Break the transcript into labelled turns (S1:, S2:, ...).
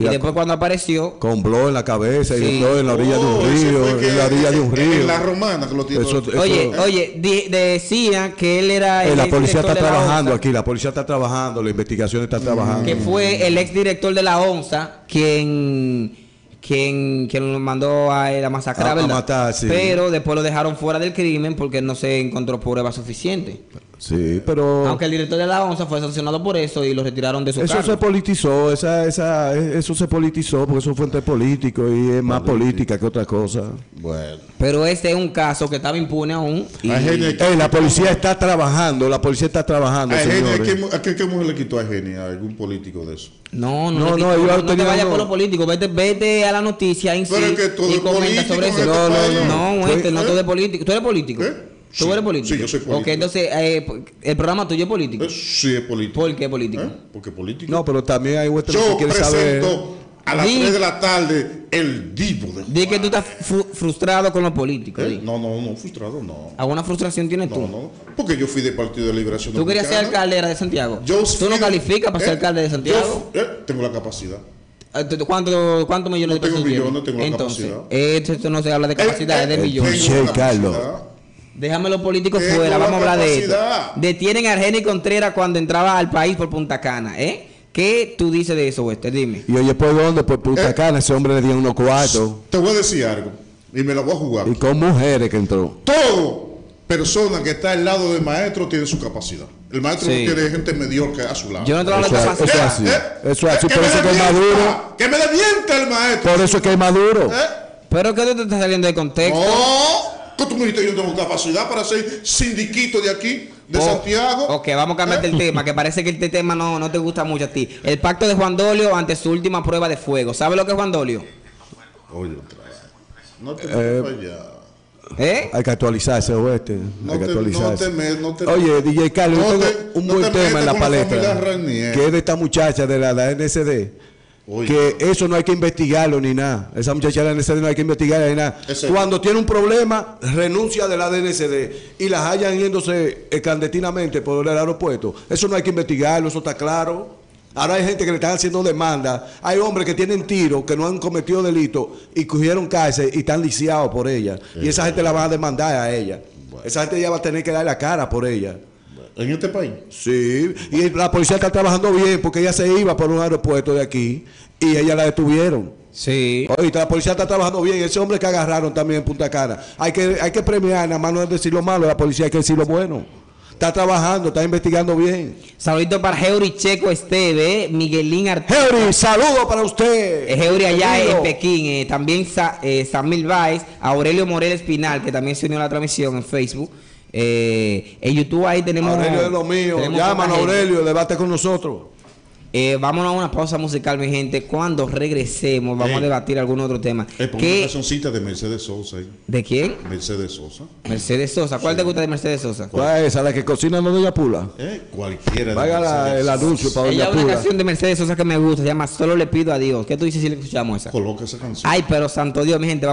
S1: Y después cuando apareció,
S2: Con blog en la cabeza
S1: Sí.
S2: y blog en la orilla de
S3: Oh,
S2: un
S3: ese
S2: río,
S3: fue que-
S2: en la orilla de un río. Eh,
S3: En la romana que lo tiene.
S2: Eso- eso-
S1: oye, oye, di- decían que él era
S2: Eh,
S1: el
S2: la
S1: ex
S2: policía
S1: director
S2: está
S1: de la
S2: trabajando
S1: ONSA,
S2: aquí, la policía está trabajando, la investigación
S3: Mm,
S2: está trabajando.
S1: Que fue el ex director de la ONSA quien quien quien lo mandó a, él a masacrar,
S2: A- a
S1: ¿verdad?
S2: matar, sí.
S1: Pero después lo dejaron fuera del crimen porque no se encontró prueba suficiente.
S2: Sí, pero
S1: Aunque el director de la ONSA fue sancionado por eso y lo retiraron de su
S2: Oh. eso
S1: cargo.
S2: se politizó, esa, esa, e- eso se politizó porque eso fue entre políticos y es más política que otra cosa.
S3: Bueno.
S1: Pero este es un caso que estaba impune aún. y-
S3: A Genia,
S2: Eh, la policía está trabajando, la policía está trabajando,
S3: a Genia,
S2: señores.
S3: ¿qué- ¿a qué, qué mujer le quitó a Genia? ¿A algún político de eso?
S1: No,
S2: No,
S1: no,
S2: no,
S1: no,
S2: ellos
S1: no, no te
S2: tenían
S1: vayas
S2: uno-
S1: por lo político, vete, vete a la noticia en sí
S3: Pero es que todo
S1: y
S3: es
S1: comenta
S3: político
S1: sobre
S3: en
S1: eso.
S3: este
S1: No,
S3: país.
S1: no, no,
S2: Soy-
S1: este, no
S3: ¿Eh?
S1: todo es político. ¿Tú eres político?
S3: ¿Eh?
S1: ¿Tú
S3: Sí,
S1: eres político?
S3: sí, yo soy político.
S1: Ok, entonces eh, el programa tuyo es político.
S3: Eh, Sí, es político.
S1: ¿Por qué político?
S3: ¿Eh? Porque político.
S2: No, pero también hay vuestros que
S3: Yo
S2: quieren saber.
S3: presento a las
S1: Di-
S3: 3 de la tarde el divo de
S1: Di que
S3: Juan.
S1: tú estás fu- frustrado con los políticos.
S3: ¿Eh?
S1: di.
S3: No, no, no, frustrado, no.
S1: ¿Alguna frustración tienes tú?
S3: No, no. Porque yo fui del Partido de Liberación
S1: ¿Tú querías ser
S3: Dominicana.
S1: alcalde de Santiago?
S3: Yo
S1: ¿Tú no
S3: fui-
S1: calificas para
S3: ¿Eh?
S1: ser alcalde de
S3: Yo
S1: Santiago?
S3: fu- ¿Eh? Tengo la capacidad.
S1: Eh, ¿tú- tú- ¿Cuánto- ¿Cuántos millones de
S3: No tengo
S1: pesos tienes?
S3: millones, tengo la
S1: Entonces,
S3: capacidad.
S1: esto, esto no se habla de capacidad, es de
S3: Eh, eh,
S1: millones.
S3: tengo la
S2: Sí, Carlos.
S3: capacidad.
S1: Déjame los políticos
S3: Tengo
S1: fuera,
S3: la
S1: vamos a hablar de esto.
S3: capacidad.
S1: Detienen a Argeni Contreras cuando entraba al país por Punta Cana, ¿eh? ¿Qué tú dices de eso, Wester? Dime.
S2: Y oye, ¿por dónde? Por Punta
S3: Eh.
S2: Cana, ese hombre le dio unos cuartos.
S3: Te voy a decir algo y me la voy a jugar.
S2: Y con mujeres que entró.
S3: Todo persona que está al lado del maestro tiene su capacidad. El maestro
S1: Sí.
S3: no tiene gente mediocre a su lado. Eh,
S1: Yo no te hablo de
S2: Eso es-
S1: capacidad.
S2: eso es así. Eso es así,
S3: que
S2: por
S3: me
S2: eso que es
S3: devienta,
S2: Maduro.
S3: Que me devienta el maestro.
S2: Por eso es que es Maduro.
S3: ¿Eh?
S1: Pero que tú te estás saliendo de contexto.
S3: No, que tú me dijiste yo no tengo capacidad para ser sindiquito de aquí, de
S1: Oh,
S3: Santiago.
S1: Ok, vamos a cambiar
S3: ¿Eh?
S1: el tema, que parece que este tema no, no te gusta mucho a ti. El pacto de Juan Dolio ante su última prueba de fuego. ¿Sabes lo que es Juan Dolio?
S3: Oye, otra vez. no te
S2: Eh,
S3: metas allá.
S1: ¿Eh?
S2: Hay que actualizarse, oeste.
S3: No
S2: Hay que
S3: te- no
S2: actualizarse.
S3: te me- no te-
S2: Oye, DJ Carlos,
S3: No
S2: yo tengo
S3: te-
S2: un
S3: no
S2: buen
S3: te
S2: tema en
S3: metas
S2: la
S3: con la familia
S2: palestra.
S3: Ranier.
S2: que es de esta muchacha de la, la NSD.
S3: Oye.
S2: que eso no hay que investigarlo ni nada. Esa muchacha de la NSD no hay que investigarla ni nada.
S3: Ese-
S2: Cuando tiene un problema, renuncia de la DNCD y las hallan yéndose eh, clandestinamente por el aeropuerto. Eso no hay que investigarlo, eso está claro. Ahora hay gente que le están haciendo demanda. Hay hombres que tienen tiros, que no han cometido delito y cogieron cárcel y están lisiados por ella. Y esa gente la van a demandar a ella. Esa gente ya va a tener que dar la cara por ella.
S3: En este país.
S2: Sí, y la policía está trabajando bien porque ella se iba por un aeropuerto de aquí y ella la detuvieron.
S1: Sí.
S2: Ahorita la policía está trabajando bien. Ese hombre que agarraron también en Punta Cana. Hay que, hay que premiar, nada más no es decir lo malo, la policía hay que decir lo bueno. Está trabajando, está investigando bien.
S1: Saludito para Heuri Checo Esteve, Miguelín Arturo.
S2: Heuri, saludo para usted.
S1: Eh, Heuri allá
S2: Querido.
S1: en Pekín, eh, también Sa, eh, Samir Baez, Aurelio Morel Espinal, que también se unió a la transmisión en Facebook. Eh, en YouTube ahí tenemos.
S2: Aurelio es lo mío.
S1: tenemos
S2: Llámanos,
S1: poca gente.
S2: Aurelio, debate con nosotros.
S1: Eh, vámonos a una pausa musical, mi gente. Cuando regresemos, vamos
S3: Ey.
S1: a debatir algún otro tema.
S3: Es por eh, una
S1: ¿Qué-
S3: cancioncita de Mercedes Sosa. ahí.
S1: ¿De quién?
S3: Mercedes Sosa.
S1: Mercedes Sosa. ¿Cuál te gusta de Mercedes Sosa?
S2: ¿Cuál es esa? La que cocina no doña Pula.
S3: ¿eh? Cualquiera de
S2: Vaya la-
S3: Mercedes
S2: el
S3: Sosa.
S2: anuncio para
S1: Ella
S2: doña
S1: una
S2: Pula.
S1: canción de Mercedes Sosa que me gusta, se llama Solo le pido a Dios. ¿Qué tú dices si le escuchamos esa?
S3: Coloca esa canción.
S1: Ay, pero santo Dios, mi gente.